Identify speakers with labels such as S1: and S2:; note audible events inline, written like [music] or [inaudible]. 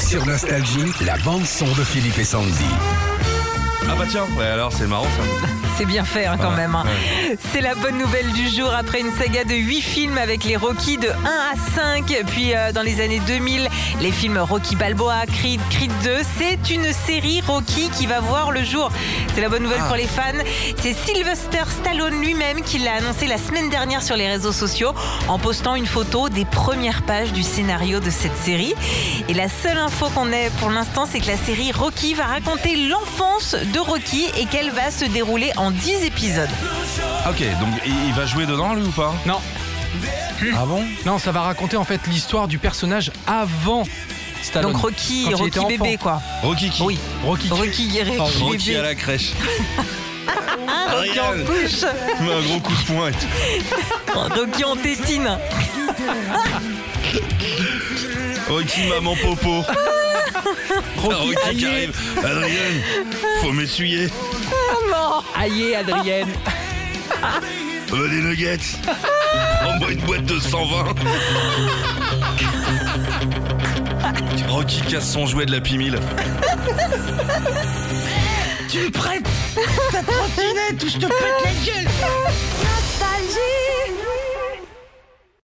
S1: Sur Nostalgie, la bande-son de Philippe et Sandy.
S2: Ah bah tiens, ouais, alors c'est marrant ça.
S3: C'est bien fait hein, quand même. hein. C'est la bonne nouvelle du jour après une saga de 8 films avec les Rocky de 1 à 5. Puis euh, dans les années 2000, les films Rocky Balboa, Creed, Creed 2. C'est une série Rocky qui va voir le jour. C'est la bonne nouvelle pour les fans. C'est Sylvester Stallone lui-même qui l'a annoncé la semaine dernière sur les réseaux sociaux en postant une photo des premières pages du scénario de cette série. Et la seule info qu'on ait pour l'instant, c'est que la série Rocky va raconter l'enfance de Rocky et qu'elle va se dérouler en 10 épisodes.
S2: Ok, donc il il va jouer dedans lui ou pas
S4: Non,
S1: Ah bon
S4: non, ça va raconter en fait l'histoire du personnage avant Stallone.
S3: Donc Rocky,
S4: quand il était
S3: Rocky
S4: enfant.
S3: bébé quoi.
S2: Rocky qui
S3: Oui.
S4: Rocky.
S3: Rocky guéret,
S4: Oh,
S3: Rocky
S2: Rocky à
S3: bébé.
S2: la crèche.
S3: Ah, Rocky en
S2: Regarde.
S3: couche.
S2: [laughs] Il met un gros coup de poing et tout.
S3: Rocky en tétine.
S2: Rocky maman popo. [laughs] Rocky, qui
S4: allié.
S2: arrive. Adrien, faut m'essuyer.
S4: Aïe,
S2: [laughs]
S4: Adrienne.
S2: Ah bah, des nuggets. Prends-moi une boîte de 120. Rocky casse son jouet de la pimille.
S5: Nostalgie.